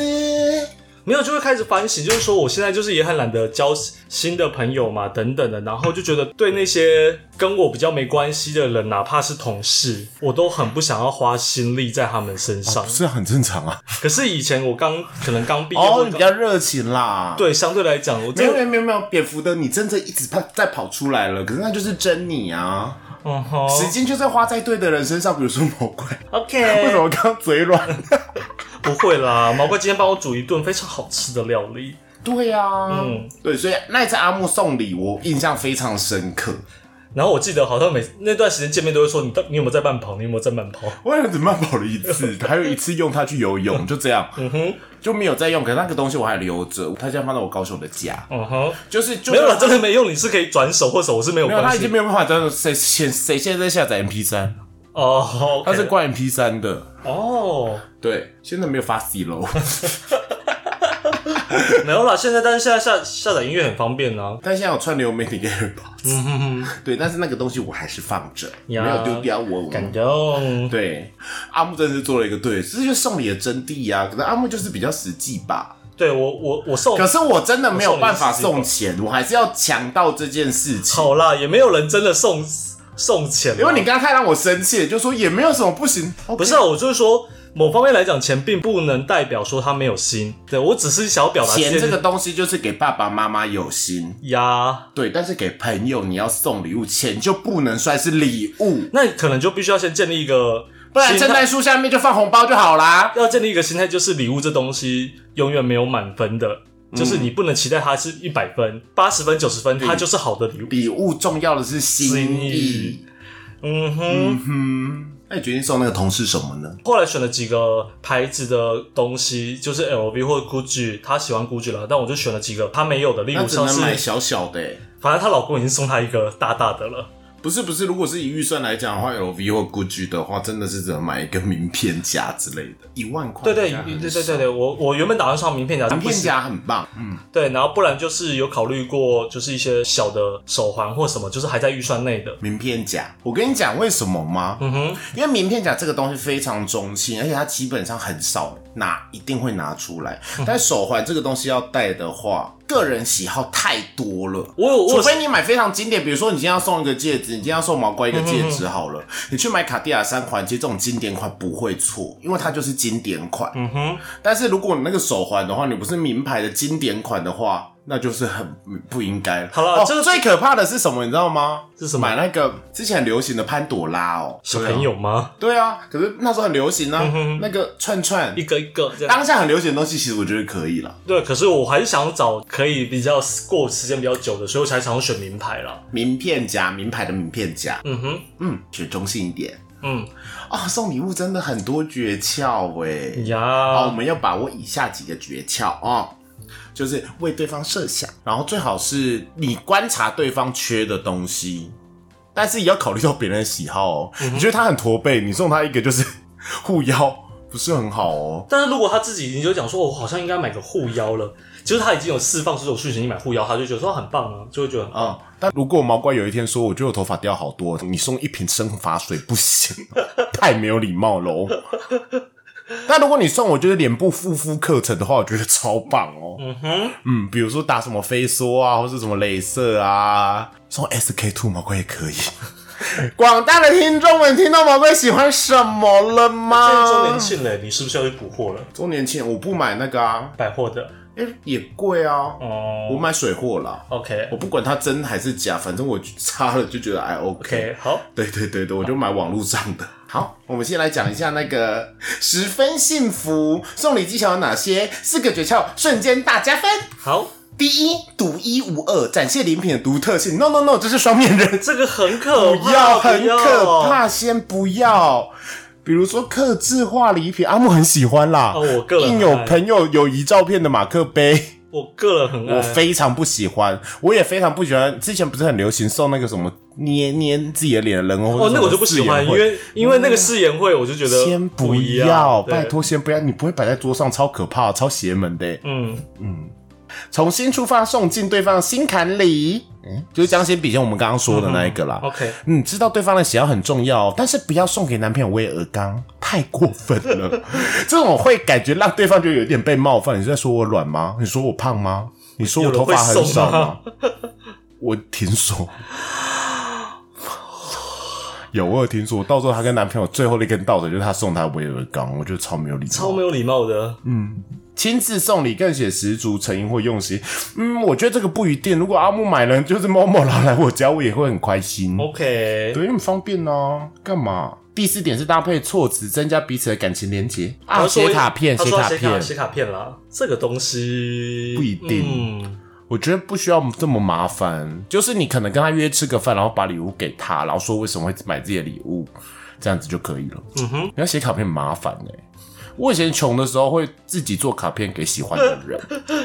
[SPEAKER 2] 没有，就会开始反省，就是说我现在就是也很懒得交新的朋友嘛，等等的，然后就觉得对那些跟我比较没关系的人，哪怕是同事，我都很不想要花心力在他们身上。
[SPEAKER 1] 哦是很正常啊。
[SPEAKER 2] 可是以前我刚可能刚毕业，或
[SPEAKER 1] 哦，
[SPEAKER 2] 者
[SPEAKER 1] 你比
[SPEAKER 2] 刚
[SPEAKER 1] 较热情啦。。
[SPEAKER 2] 对，相对来讲，我
[SPEAKER 1] 没
[SPEAKER 2] 真
[SPEAKER 1] 有 [laughs]
[SPEAKER 2] 的
[SPEAKER 1] 没有没有没有，蝙蝠的你真的一直跑在跑出来了，可是那就是真你啊！
[SPEAKER 2] 嗯哼
[SPEAKER 1] 时间就在花在对的人身上，比如说魔鬼。 [laughs] 为什
[SPEAKER 2] ，OK，
[SPEAKER 1] 么刚刚嘴软？
[SPEAKER 2] 不会啦，毛怪今天帮我煮一顿非常好吃的料理，
[SPEAKER 1] 对呀、啊，
[SPEAKER 2] 嗯
[SPEAKER 1] 对，所以那一次阿木送礼，我印象非常深刻。
[SPEAKER 2] 然后我记得好像每那段时间见面都会说你到你有没有在慢跑，你有没有在慢跑，
[SPEAKER 1] 我也只慢跑了一
[SPEAKER 2] [laughs]
[SPEAKER 1] 次，还有一次用它去游泳，就这样
[SPEAKER 2] 嗯哼，
[SPEAKER 1] 就没有再用。可是那个东西我还留着，它现在放在我高雄的家，
[SPEAKER 2] 嗯哼，
[SPEAKER 1] 就是就
[SPEAKER 2] 没有了，
[SPEAKER 1] 了，
[SPEAKER 2] 真的没用，你是可以转手或手，我是没有
[SPEAKER 1] 没有，
[SPEAKER 2] 关
[SPEAKER 1] 它已
[SPEAKER 2] 系
[SPEAKER 1] 经没有办法真的谁谁谁现在在下载 MP 三，
[SPEAKER 2] 哦，
[SPEAKER 1] 它是
[SPEAKER 2] OK
[SPEAKER 1] 挂 MP 三的。
[SPEAKER 2] 哦，
[SPEAKER 1] 对，现在没有发 C
[SPEAKER 2] [laughs]
[SPEAKER 1] 喽，
[SPEAKER 2] 没有啦，现在但是现在下下载音乐很方便啊。
[SPEAKER 1] 但现在有串流媒体 AirPods，
[SPEAKER 2] 嗯哼哼，
[SPEAKER 1] 对，但是那个东西我还是放着，没
[SPEAKER 2] 呀
[SPEAKER 1] 有丢掉我。
[SPEAKER 2] 感动。
[SPEAKER 1] 对，阿木真的是做了一个对，这就是送礼的真谛呀、啊。可能阿木就是比较实际吧，
[SPEAKER 2] 对我我我送
[SPEAKER 1] [laughs] 可是我真的没有办法
[SPEAKER 2] 我送
[SPEAKER 1] 送钱，我还是要强调这件事情。
[SPEAKER 2] 好啦，也没有人真的送送钱啦，
[SPEAKER 1] 因为你刚刚太让我生气了，就说也没有什么不行，
[SPEAKER 2] 不是、啊，我就是说某方面来讲，钱并不能代表说他没有心。对我只是想要表达
[SPEAKER 1] 钱
[SPEAKER 2] 件
[SPEAKER 1] 这个东西就是给爸爸妈妈有心，
[SPEAKER 2] 呀，
[SPEAKER 1] 对，但是给朋友你要送礼物，钱就不能算是礼物，
[SPEAKER 2] 那你可能就必须要先建立一个心态，
[SPEAKER 1] 不然圣诞树下面就放红包就好啦。
[SPEAKER 2] 要建立一个心态，就是礼物这东西永远没有满分的。就是你不能期待它是一百分、八十分、九十分，
[SPEAKER 1] 嗯
[SPEAKER 2] 它就是好的礼物。
[SPEAKER 1] 礼物重要的是心
[SPEAKER 2] 心
[SPEAKER 1] 意
[SPEAKER 2] 意。嗯哼，
[SPEAKER 1] 嗯，那你决定送那个同事什么呢？
[SPEAKER 2] 后来选了几个牌子的东西，就是 LV 或者 GUCCI，她喜欢 GUCCI 了，但我就选了几个她没有的，例
[SPEAKER 1] 那
[SPEAKER 2] 如
[SPEAKER 1] 只
[SPEAKER 2] 像
[SPEAKER 1] 能
[SPEAKER 2] 是，
[SPEAKER 1] 买小小的欸、
[SPEAKER 2] 反正她老公已经送她一个大大的了，
[SPEAKER 1] 不是不是，如果是以预算来讲的话，LV 或 GUCCI 的话，真的是只能买一个名片夹之类的，一万块。
[SPEAKER 2] 对对
[SPEAKER 1] 应该
[SPEAKER 2] 对
[SPEAKER 1] 很
[SPEAKER 2] 对
[SPEAKER 1] 少
[SPEAKER 2] 对对，我我原本打算上名片夹，
[SPEAKER 1] 啊名
[SPEAKER 2] 不
[SPEAKER 1] 片
[SPEAKER 2] 行
[SPEAKER 1] 夹很棒，嗯，
[SPEAKER 2] 对，然后不然就是有考虑过，就是一些小的手环或什么，就是还在预算内的。
[SPEAKER 1] 名片夹。我跟你讲为什么吗？
[SPEAKER 2] 嗯哼，
[SPEAKER 1] 因为名片夹这个东西非常中性，而且它基本上很少拿，一定会拿出来。嗯但手环这个东西要戴的话，个人喜好太多了。
[SPEAKER 2] 我有我
[SPEAKER 1] 除
[SPEAKER 2] 有
[SPEAKER 1] 非你买非常经典，比如说你今天要送一个戒指，你今天要送毛怪一个戒指好了，你去买卡地亚三款，其实这种经典款不会错，因为它就是经典款。
[SPEAKER 2] 嗯哼，
[SPEAKER 1] 但是如果你那个手环的话，你不是名牌的经典款的话，那就是很不应该了。
[SPEAKER 2] 好了
[SPEAKER 1] 哦
[SPEAKER 2] 这个
[SPEAKER 1] 最可怕的是什么，你知道吗？
[SPEAKER 2] 是什么
[SPEAKER 1] 买那个之前很流行的潘朵拉哦，
[SPEAKER 2] 小朋友吗？
[SPEAKER 1] 对啊，可是那时候很流行啊，
[SPEAKER 2] 哼
[SPEAKER 1] 那个串串
[SPEAKER 2] 一，个一个这样。
[SPEAKER 1] 啊当下很流行的东西，其实我觉得可以了。
[SPEAKER 2] 对，可是我还是想找可以比较过时间比较久的，所以我才想要选名牌啦。
[SPEAKER 1] 名片夹，名牌的名片夹，
[SPEAKER 2] 嗯哼，
[SPEAKER 1] 嗯，选中性一点
[SPEAKER 2] 嗯
[SPEAKER 1] 啊、送礼物真的很多诀窍哎、好，我
[SPEAKER 2] 呀，
[SPEAKER 1] 们要把握以下几个诀窍啊、就是为对方设想，然后最好是你观察对方缺的东西，但是也要考虑到别人的喜好哦。你觉得他很驼背，你送他一个就是 [laughs] 护腰，不是很好哦。
[SPEAKER 2] 但是如果他自己已经就讲说，哦我好像应该买个护腰了，其实他已经有释放出这种讯息，你买护腰，他就觉得说很棒啊，就会觉得
[SPEAKER 1] 啊、但如果毛怪有一天说，我觉得我头发掉好多，你送一瓶生发水不行， [laughs] 太没有礼貌喽。但如果你送我就是脸部护肤课程的话，我觉得超棒哦。
[SPEAKER 2] 嗯哼，
[SPEAKER 1] 嗯，比如说打什么飞梭啊，或是什么镭射啊，送 SK two 毛怪也
[SPEAKER 2] [laughs]
[SPEAKER 1] 可以。广大的听众们听到毛怪喜欢什么了
[SPEAKER 2] 现在周
[SPEAKER 1] 吗
[SPEAKER 2] 年？庆嘞，你是不是要去补货了？
[SPEAKER 1] 周年庆我不买那个啊，
[SPEAKER 2] 百货的
[SPEAKER 1] 哎、也贵啊，我
[SPEAKER 2] 哦
[SPEAKER 1] 买水货啦。
[SPEAKER 2] ，OK
[SPEAKER 1] 我不管它真还是假，反正我擦了就觉得哎 OK。
[SPEAKER 2] OK，好，
[SPEAKER 1] 对对对对，我就买网络上的。好，我们先来讲一下那个十分幸福送礼技巧有哪些，四个诀窍瞬间大加分。
[SPEAKER 2] 好，
[SPEAKER 1] 第一，独一无二，展现礼品的独特性。No No No，这是双面人，
[SPEAKER 2] 这个很可怕，
[SPEAKER 1] 不要，很
[SPEAKER 2] 不要
[SPEAKER 1] 可怕，先不要。比如说刻制化礼品，阿木很喜欢啦。
[SPEAKER 2] 哦我个人
[SPEAKER 1] 印有
[SPEAKER 2] 很爱
[SPEAKER 1] 朋友友谊照片的马克杯，
[SPEAKER 2] 我个人很爱，
[SPEAKER 1] 我非常不喜欢，我也非常不喜欢。之前不是很流行送那个什么捏捏自己的脸的人偶，或者
[SPEAKER 2] 哦，那
[SPEAKER 1] 什
[SPEAKER 2] 个
[SPEAKER 1] 么
[SPEAKER 2] 我就不喜
[SPEAKER 1] 誓
[SPEAKER 2] 欢，
[SPEAKER 1] 言
[SPEAKER 2] 因
[SPEAKER 1] 会
[SPEAKER 2] 为因为那个誓言会，我就觉得
[SPEAKER 1] 先不
[SPEAKER 2] 一
[SPEAKER 1] 要，
[SPEAKER 2] 样
[SPEAKER 1] 拜，托
[SPEAKER 2] 对
[SPEAKER 1] 先不要，你不会摆在桌上，超可怕，超邪门的。
[SPEAKER 2] 嗯，
[SPEAKER 1] 从新出发，送进对方的心坎里，嗯，就是将心比心，我们刚刚说的那一个啦。
[SPEAKER 2] OK，
[SPEAKER 1] 嗯，知道对方的喜好很重要哦，但是不要送给男朋友威尔刚， [laughs] 太过分了。 [laughs] 这种会感觉让对方就有点被冒犯。你是在说我软吗？你说我胖吗？你说我头发很少吗？ [laughs] 我听说，有我有听说，到时候她跟男朋友最后的一根稻草就是她送她威尔刚，我觉得超没有礼貌，
[SPEAKER 2] 超没有礼貌的，
[SPEAKER 1] 嗯亲自送礼更显十足诚意或用心。嗯，我觉得这个不一定。如果阿木买了，就是某某老来我家，我也会很开心。
[SPEAKER 2] OK，
[SPEAKER 1] 对，很方便啊，干嘛？第四点是搭配措辞，增加彼此的感情连结
[SPEAKER 2] 他
[SPEAKER 1] 啊，
[SPEAKER 2] 说
[SPEAKER 1] 写卡片，
[SPEAKER 2] 他
[SPEAKER 1] 写
[SPEAKER 2] 说要
[SPEAKER 1] 卡
[SPEAKER 2] 写卡
[SPEAKER 1] 片，
[SPEAKER 2] 写卡片啦，这个东西
[SPEAKER 1] 不一定
[SPEAKER 2] 嗯，
[SPEAKER 1] 我觉得不需要这么麻烦。就是你可能跟他约吃个饭，然后把礼物给他，然后说为什么会买自己的礼物，这样子就可以了。
[SPEAKER 2] 嗯哼，
[SPEAKER 1] 你要写卡片很麻烦哎、我以前穷的时候会自己做卡片给喜欢的人，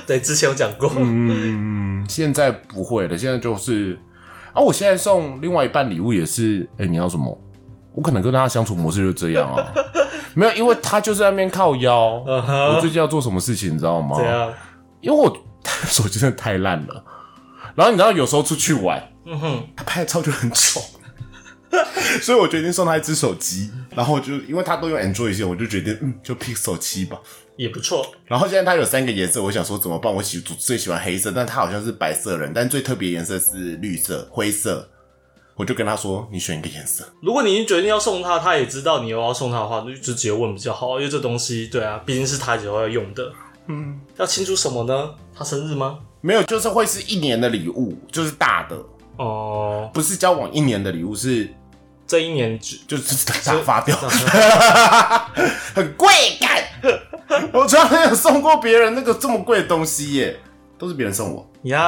[SPEAKER 2] 对，之前有讲过，
[SPEAKER 1] 嗯，现在不会了，现在就是啊，我现在送另外一半礼物也是，哎、你要什么？我可能跟他相处模式就这样
[SPEAKER 2] [laughs]
[SPEAKER 1] 啊，没有，因为他就是在那边靠腰。
[SPEAKER 2] 嗯
[SPEAKER 1] 我
[SPEAKER 2] 哼，
[SPEAKER 1] 最近要做什么事情，你知道吗
[SPEAKER 2] 怎？样？
[SPEAKER 1] 因为我 [laughs] 手机真的太烂了，然后你知道有时候出去玩，
[SPEAKER 2] 嗯哼，
[SPEAKER 1] 他拍的照就很
[SPEAKER 2] [laughs]
[SPEAKER 1] 丑，所以我决定送他一只手机，然后我就因为他都用 Android 线，我就决定嗯，就 Pixel 七吧。
[SPEAKER 2] 也不错，
[SPEAKER 1] 然后现在它有三个颜色，我想说怎么办？我喜最喜欢黑色，但它好像是白色人，但最特别颜色是绿色、灰色。我就跟他说：“你选一个颜色。
[SPEAKER 2] 如果你已经决定要送他，他也知道你有要送他的话，那就直接问比较好，因为这东西，对啊，毕竟是他以后要用的，嗯，要庆祝什么呢？他生日吗？”
[SPEAKER 1] 没有，就是会是一年的礼物，就是大的，
[SPEAKER 2] 哦，
[SPEAKER 1] 不是交往一年的礼物，是
[SPEAKER 2] 这一年只
[SPEAKER 1] 就是打发掉， [laughs] 很贵干。我从来没有送过别人那个这么贵的东西耶，都是别人送我。
[SPEAKER 2] [laughs] 呀，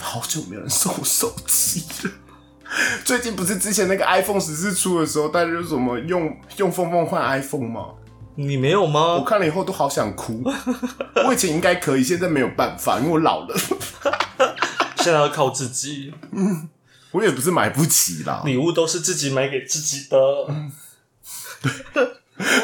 [SPEAKER 1] 好久没有人送我手机了。 [laughs] 最近不是之前那个 iPhone 十四出的时候，大家就什么用用凤凤换 iPhone 吗？
[SPEAKER 2] 你没有
[SPEAKER 1] 我
[SPEAKER 2] 吗？
[SPEAKER 1] 看了以后都好想哭。我以前应该可以，现在没有办法，因为我老了。
[SPEAKER 2] 现在要靠自己。
[SPEAKER 1] 我也不是买不起啦，
[SPEAKER 2] 礼物都是自己买给自己的。
[SPEAKER 1] 嗯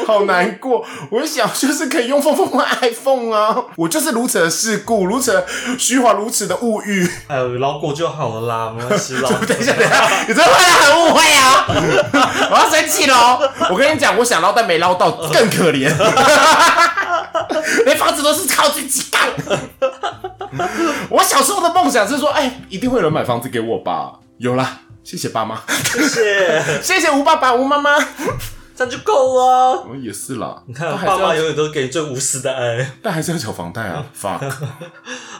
[SPEAKER 1] 好难过。我想就是可以用凤凤的 iPhone 啊，我就是如此的世故，如此的虚华，如此的物欲。
[SPEAKER 2] 哎呦，捞过就好了啦，没关系
[SPEAKER 1] [laughs]
[SPEAKER 2] 啦。
[SPEAKER 1] 等一下，等一下，你这会很误会啊！ [laughs] 我要生气喽！我跟你讲，我想捞但没捞到，更可怜。 [laughs] 连房子都是靠自己盖。 [laughs] 我小时候的梦想是说，哎、一定会有人买房子给我吧？有啦，谢谢爸
[SPEAKER 2] [laughs]
[SPEAKER 1] 妈，
[SPEAKER 2] 谢谢，
[SPEAKER 1] 谢谢吴爸爸、吴妈妈。
[SPEAKER 2] 这样就够了。
[SPEAKER 1] 我也是啦，
[SPEAKER 2] 你
[SPEAKER 1] 但
[SPEAKER 2] 看，
[SPEAKER 1] 还是
[SPEAKER 2] 爸
[SPEAKER 1] 要
[SPEAKER 2] 妈，永远都给你最无私的爱，
[SPEAKER 1] 但还是要缴房贷啊。fuck。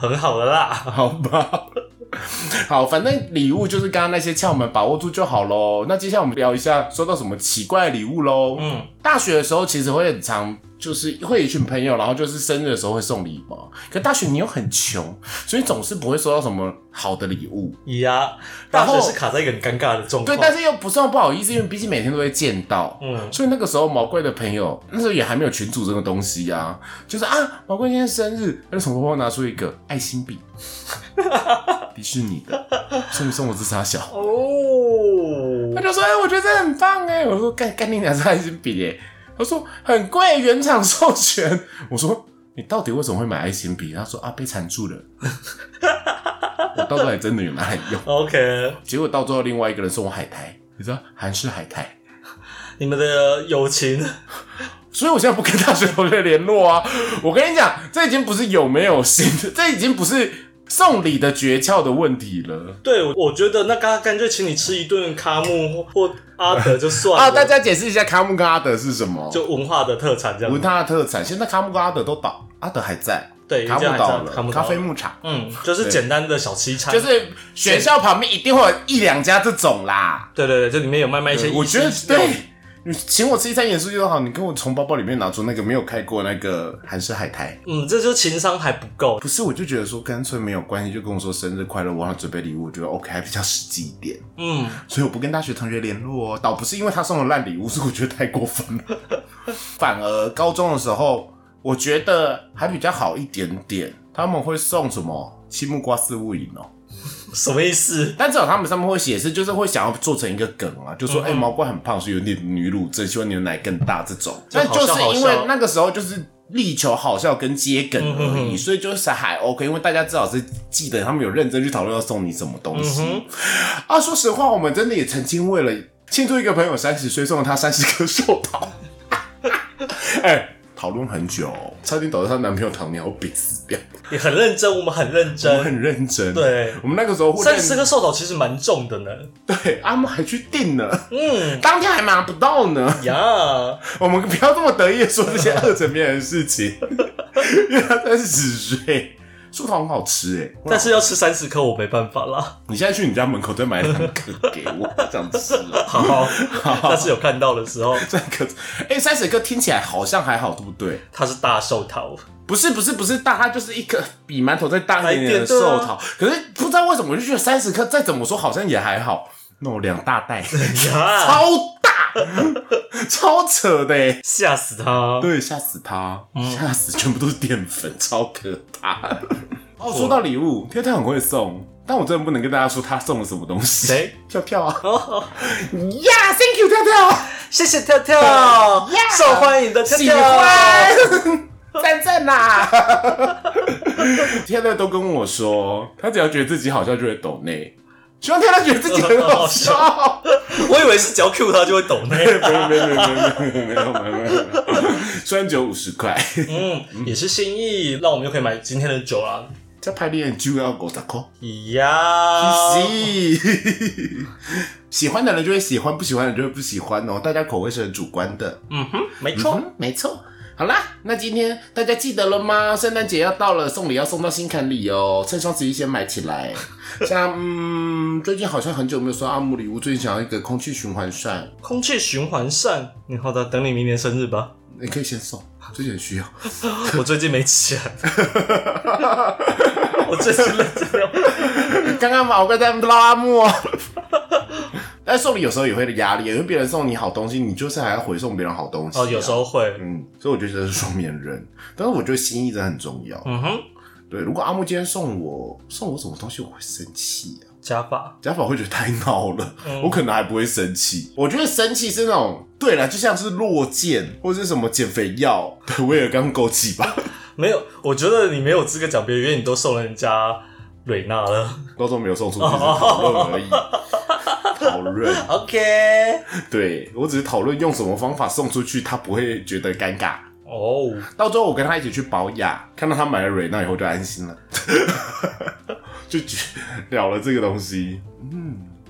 [SPEAKER 2] 很好的啦。
[SPEAKER 1] [laughs] 好吧。好，反正礼物就是刚刚那些窍门，把握住就好喽。那接下来我们聊一下收到什么奇怪的礼物喽。嗯，大学的时候其实会很常，就是会有一群朋友，然后就是生日的时候会送礼嘛。可大学你又很穷，所以总是不会收到什么好的礼物。
[SPEAKER 2] 呀，
[SPEAKER 1] 然
[SPEAKER 2] 大
[SPEAKER 1] 后
[SPEAKER 2] 学是卡在一个很尴尬的状
[SPEAKER 1] 对
[SPEAKER 2] 况，。
[SPEAKER 1] 但是又不算不好意思，因为毕竟每天都会见到。
[SPEAKER 2] 嗯，
[SPEAKER 1] 所以那个时候毛怪的朋友，那时候也还没有群主这个东西啊，就是啊，毛怪今天生日，他就从包包拿出一个爱心笔， [laughs] 迪士尼的，送送我自杀小，他
[SPEAKER 2] 哦，
[SPEAKER 1] 就说，哎、我觉得这很棒哎，我说干干你娘是爱心笔哎，他说很贵，原厂授权，我说你到底为什么会买爱心笔？他说啊，被缠住了， [laughs] 我到时候还真的有拿来用，
[SPEAKER 2] OK，
[SPEAKER 1] 结果到最后另外一个人送我海苔，你知道韩式海苔。
[SPEAKER 2] 你们的友情
[SPEAKER 1] 所以我现在不跟大学同学联络啊。 [laughs] 我跟你讲，这已经不是有没有心， [laughs] 这已经不是送礼的诀窍的问题了。
[SPEAKER 2] 对，我我觉得那干干脆请你吃一顿卡木或或阿德就算了
[SPEAKER 1] 啊，大家解释一下卡木跟阿德是什么？
[SPEAKER 2] 就文化的特产这样
[SPEAKER 1] 文。他的特产。现在卡木跟阿德都倒，阿德还在，
[SPEAKER 2] 对，
[SPEAKER 1] 卡
[SPEAKER 2] 哎这
[SPEAKER 1] 木
[SPEAKER 2] 样还
[SPEAKER 1] 倒
[SPEAKER 2] 叫
[SPEAKER 1] 了，
[SPEAKER 2] 卡木
[SPEAKER 1] 咖
[SPEAKER 2] 岛
[SPEAKER 1] 啡牧场。
[SPEAKER 2] 嗯，就是
[SPEAKER 1] 对
[SPEAKER 2] 简单的小吃一餐，
[SPEAKER 1] 就是学校旁边一定会有一两家这种啦，
[SPEAKER 2] 对对对，这里面有卖卖一些，
[SPEAKER 1] 我觉得对，，你请我吃一餐盐酥鸡都好，你跟我从包包里面拿出那个没有开过那个韩式海苔，
[SPEAKER 2] 嗯，这就是情商还不够，
[SPEAKER 1] 不是，我就觉得说干脆没有关系，就跟我说生日快乐，我要准备礼物，我觉得 OK 还比较实际一点，
[SPEAKER 2] 嗯，
[SPEAKER 1] 所以我不跟大学同学联络哦。倒不是因为他送了烂礼物，是我觉得太过分了， [laughs] 反而高中的时候，我觉得还比较好一点点，他们会送什么青木瓜四物饮哦，
[SPEAKER 2] 什么意思？
[SPEAKER 1] 但至少他们上面会写是，就是会想要做成一个梗啊，就
[SPEAKER 2] 嗯
[SPEAKER 1] 说哎、毛怪很胖，所以有点女乳症，希望牛奶更大这种。
[SPEAKER 2] 就
[SPEAKER 1] 但
[SPEAKER 2] 好
[SPEAKER 1] 就
[SPEAKER 2] 笑
[SPEAKER 1] 是因
[SPEAKER 2] 好
[SPEAKER 1] 为
[SPEAKER 2] 笑
[SPEAKER 1] 那个时候就是力求好笑跟接梗而已，
[SPEAKER 2] 嗯嗯嗯
[SPEAKER 1] 所以就是还 OK，因为大家至少是记得他们有认真去讨论要送你什么东西、
[SPEAKER 2] 嗯
[SPEAKER 1] [laughs] 啊。说实话，我们真的也曾经为了庆祝一个朋友三十岁，送了他三十颗寿桃， [laughs] 哎、讨论很久，差点导致她男朋友糖尿病死掉。
[SPEAKER 2] 你很认真，我们很认
[SPEAKER 1] 我们
[SPEAKER 2] 真，
[SPEAKER 1] 很认真，
[SPEAKER 2] 对
[SPEAKER 1] 我们那个时候会
[SPEAKER 2] 三
[SPEAKER 1] 认
[SPEAKER 2] 十个寿桃其实蛮重的呢，
[SPEAKER 1] 对，阿木还去订了，
[SPEAKER 2] 嗯
[SPEAKER 1] 当天还拿不到呢。 [laughs]
[SPEAKER 2] 呀，
[SPEAKER 1] 我们不要这么得意的说这些二层面的事情， [laughs] 因为他在死睡。树桃很好吃哎、
[SPEAKER 2] 但是要吃三十颗我没办法啦，
[SPEAKER 1] 你现在去你家门口再买两个给我，我想吃
[SPEAKER 2] [laughs]
[SPEAKER 1] 了。
[SPEAKER 2] 好， [laughs] 下次有看到的时候，
[SPEAKER 1] 这个，哎、三十个听起来好像还好，对不对？
[SPEAKER 2] 它是大寿
[SPEAKER 1] [laughs]
[SPEAKER 2] 桃，
[SPEAKER 1] 不是不是不是大，它就是一颗比馒头再大一点点的
[SPEAKER 2] 还一点对
[SPEAKER 1] 寿
[SPEAKER 2] 啊
[SPEAKER 1] 桃。可是不知道为什么，我就觉得三十颗再怎么说好像也还好。弄两大
[SPEAKER 2] [laughs]
[SPEAKER 1] 袋，
[SPEAKER 2] 呀，
[SPEAKER 1] 超大，超扯的、欸。
[SPEAKER 2] 吓死他，
[SPEAKER 1] 对，吓死他，吓死，全部都是淀粉，超可怕。 [laughs] 哦，说到礼物，跳跳很会送，但我真的不能跟大家说他送了什么东西。
[SPEAKER 2] 谁？
[SPEAKER 1] 跳跳啊！
[SPEAKER 2] 哦
[SPEAKER 1] [laughs]
[SPEAKER 2] 好。
[SPEAKER 1] 呀、t h a n k you，跳跳，
[SPEAKER 2] 谢谢跳跳
[SPEAKER 1] Yeah
[SPEAKER 2] 受欢迎的跳
[SPEAKER 1] 喜
[SPEAKER 2] 跳，
[SPEAKER 1] 欢， [laughs] 赞赞啊 [laughs] 呐！跳跳都跟我说，他只要觉得自己好笑就会抖内，希望跳跳觉得自己很好笑。
[SPEAKER 2] 我以为是只要 Q 他就会抖呢。
[SPEAKER 1] [laughs] 没有没有没有没有没有没有没有，虽然只有五十块，
[SPEAKER 2] 嗯，也是心意，那我们就可以买今天的酒啦。
[SPEAKER 1] 这排练就要五十块。
[SPEAKER 2] 呀，
[SPEAKER 1] 哦喜 [laughs] 喜欢的人就会喜欢，不喜欢的人就会不喜欢哦。大家口味是很主观的。
[SPEAKER 2] 嗯哼，没错，
[SPEAKER 1] 嗯，没错。好啦，那今天大家记得了吗？圣诞节要到了，送礼要送到心坎里哦，趁双十一先买起 [laughs] 来。像嗯，最近好像很久没有收阿木礼物，最近想要一个空气循环扇，
[SPEAKER 2] 空气循环扇，你好的，等你明年生日吧。
[SPEAKER 1] 你可以先送，最近很需要。
[SPEAKER 2] [laughs] 我最近没钱，我最近认真了。
[SPEAKER 1] [laughs]
[SPEAKER 2] [laughs]
[SPEAKER 1] 刚刚毛哥在拉阿木 [laughs] 哦。但送礼有时候也会有压力，因为别人送你好东西，你就是还要回送别人好东西啊、
[SPEAKER 2] 哦，有时候会，
[SPEAKER 1] 嗯，所以我就觉得是双面人， [laughs] 但是我觉得心意真的很重要。
[SPEAKER 2] 嗯哼，
[SPEAKER 1] 对，如果阿木今天送我送我什么东西，我会生气啊。
[SPEAKER 2] 加法，
[SPEAKER 1] 假法会觉得太闹了，
[SPEAKER 2] 嗯
[SPEAKER 1] 我可能还不会生气。我觉得生气是那种，对了，就像是落剑或者是什么减肥药，对，威尔刚枸杞吧，
[SPEAKER 2] 没有，我觉得你没有资格讲别人，因为你都受人家蕊纳了。
[SPEAKER 1] 高中没有送出去，只是讨论而已。讨论，
[SPEAKER 2] OK，
[SPEAKER 1] 对我只是讨论用什么方法送出去，他不会觉得尴尬。
[SPEAKER 2] 哦，
[SPEAKER 1] 到最后，我跟他一起去保养，看到他买了瑞娜以后就安心了， [laughs] 就觉了了这个东西。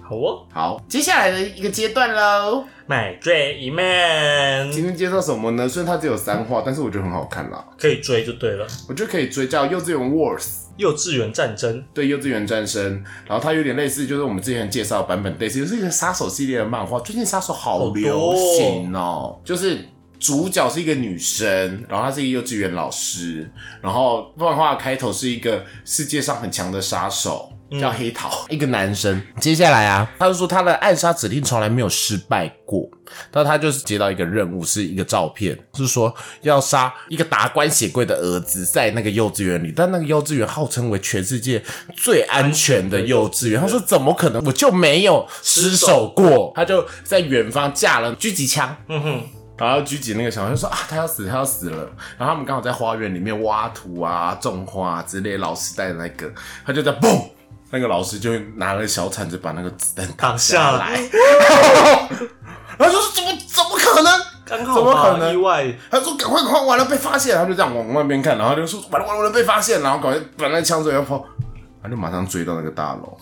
[SPEAKER 2] 好哦，
[SPEAKER 1] 好，接下来的一个阶段喽。
[SPEAKER 2] 买醉一曼
[SPEAKER 1] 今天介绍什么呢？虽然它只有三话，但是我觉得很好看啦。
[SPEAKER 2] 可以追就对了。
[SPEAKER 1] 我觉得可以追叫《幼稚园 Wars》，
[SPEAKER 2] 幼稚园战争，
[SPEAKER 1] 对，《幼稚园战生》，然后它有点类似，就是我们之前介绍的版本类似，就是一个杀手系列的漫画。最近杀手好流行哦，就是。主角是一个女生，然后她是一个幼稚园老师，然后漫画的开头是一个世界上很强的杀手，叫黑桃，一个男生。接下来啊，他就说他的暗杀指令从来没有失败过，但他就是接到一个任务，是一个照片，是说要杀一个达官显贵的儿子，在那个幼稚园里，但那个幼稚园号称为全世界最安全的幼稚园。他说怎么可能？我就没有失手过。他就在远方架了狙击枪，
[SPEAKER 2] 嗯哼，
[SPEAKER 1] 然后狙击那个小孩就说啊，他要死，他要死了。然后他们刚好在花园里面挖土啊、种花、啊、之类，老师带的那个，他就在嘣，那个老师就拿了小铲子把那个子弹打
[SPEAKER 2] 挡下
[SPEAKER 1] 来
[SPEAKER 2] 来，，
[SPEAKER 1] 然后就说怎么怎么可能？
[SPEAKER 2] 刚好
[SPEAKER 1] 怎么可
[SPEAKER 2] 吧？
[SPEAKER 1] 能
[SPEAKER 2] 意外，
[SPEAKER 1] 他说赶快赶快完了被发现，然后就这样往外面看，然后就说完了完了完了被发现，然后赶快把那枪准要跑，他就马上追到那个大楼，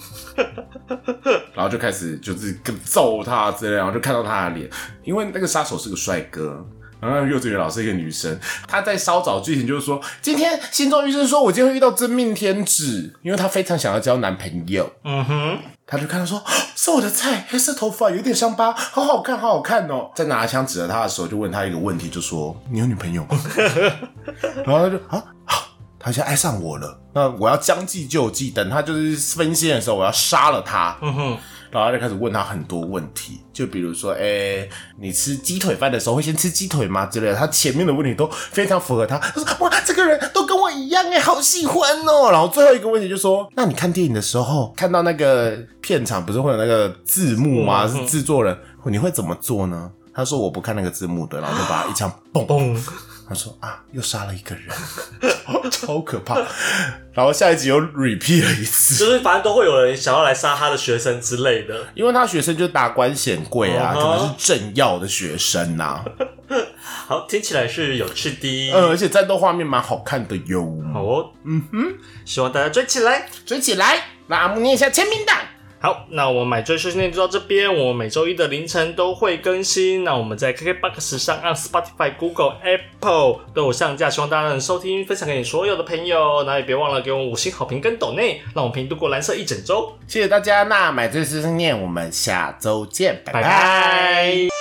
[SPEAKER 1] 然后就开始就是跟揍他之类，然后就看到他的脸，因为那个杀手是个帅哥。然后幼稚园老师一个女生，她在稍早剧情就是说，今天心中医生说我今天会遇到真命天子，因为她非常想要交男朋友。
[SPEAKER 2] 嗯哼，
[SPEAKER 1] 他就看到说啊是我的菜，黑色头发，有点伤疤，好好看，好好看哦。再拿枪指着他的时候，就问他一个问题，就说你有女朋友吗？ [laughs] 然后他就啊啊，他现在爱上我了，那我要将计就计，等他就是分心的时候，我要杀了他。
[SPEAKER 2] 嗯哼，
[SPEAKER 1] 然后他就开始问他很多问题，就比如说，哎、你吃鸡腿饭的时候会先吃鸡腿吗？之类的。他前面的问题都非常符合他。他说，哇，这个人都跟我一样哎、好喜欢哦。然后最后一个问题就说，那你看电影的时候看到那个片场不是会有那个字幕吗？
[SPEAKER 2] 嗯
[SPEAKER 1] 是制作人，你会怎么做呢？他说我不看那个字幕的，然后就把他一
[SPEAKER 2] [laughs]
[SPEAKER 1] 枪嘣
[SPEAKER 2] 嘣，
[SPEAKER 1] 他说啊，又杀了一个人，超可怕。然后下一集又 repeat 了一次，
[SPEAKER 2] 就是反正都会有人想要来杀他的学生之类的。
[SPEAKER 1] 因为他学生就达官显贵啊，
[SPEAKER 2] 嗯哼
[SPEAKER 1] 可能是政要的学生呐、
[SPEAKER 2] 好，听起来是有趣的。
[SPEAKER 1] 嗯，而且战斗画面蛮好看的哟。
[SPEAKER 2] 好哦，嗯哼，希望大家追起来。
[SPEAKER 1] 追起来，让阿木念一下签名档。
[SPEAKER 2] 好，那我们买醉碎碎念就到这边。我们每周一的凌晨都会更新。那我们在 KKBOX 上、按 Spotify、Google、Apple 都有上架，希望大家能收听，分享给你所有的朋友。那也别忘了给我们五星好评跟抖内，让我们陪你度过蓝色一整周。
[SPEAKER 1] 谢谢大家，那买醉碎碎念，我们下周见，拜
[SPEAKER 2] 拜
[SPEAKER 1] 拜
[SPEAKER 2] 拜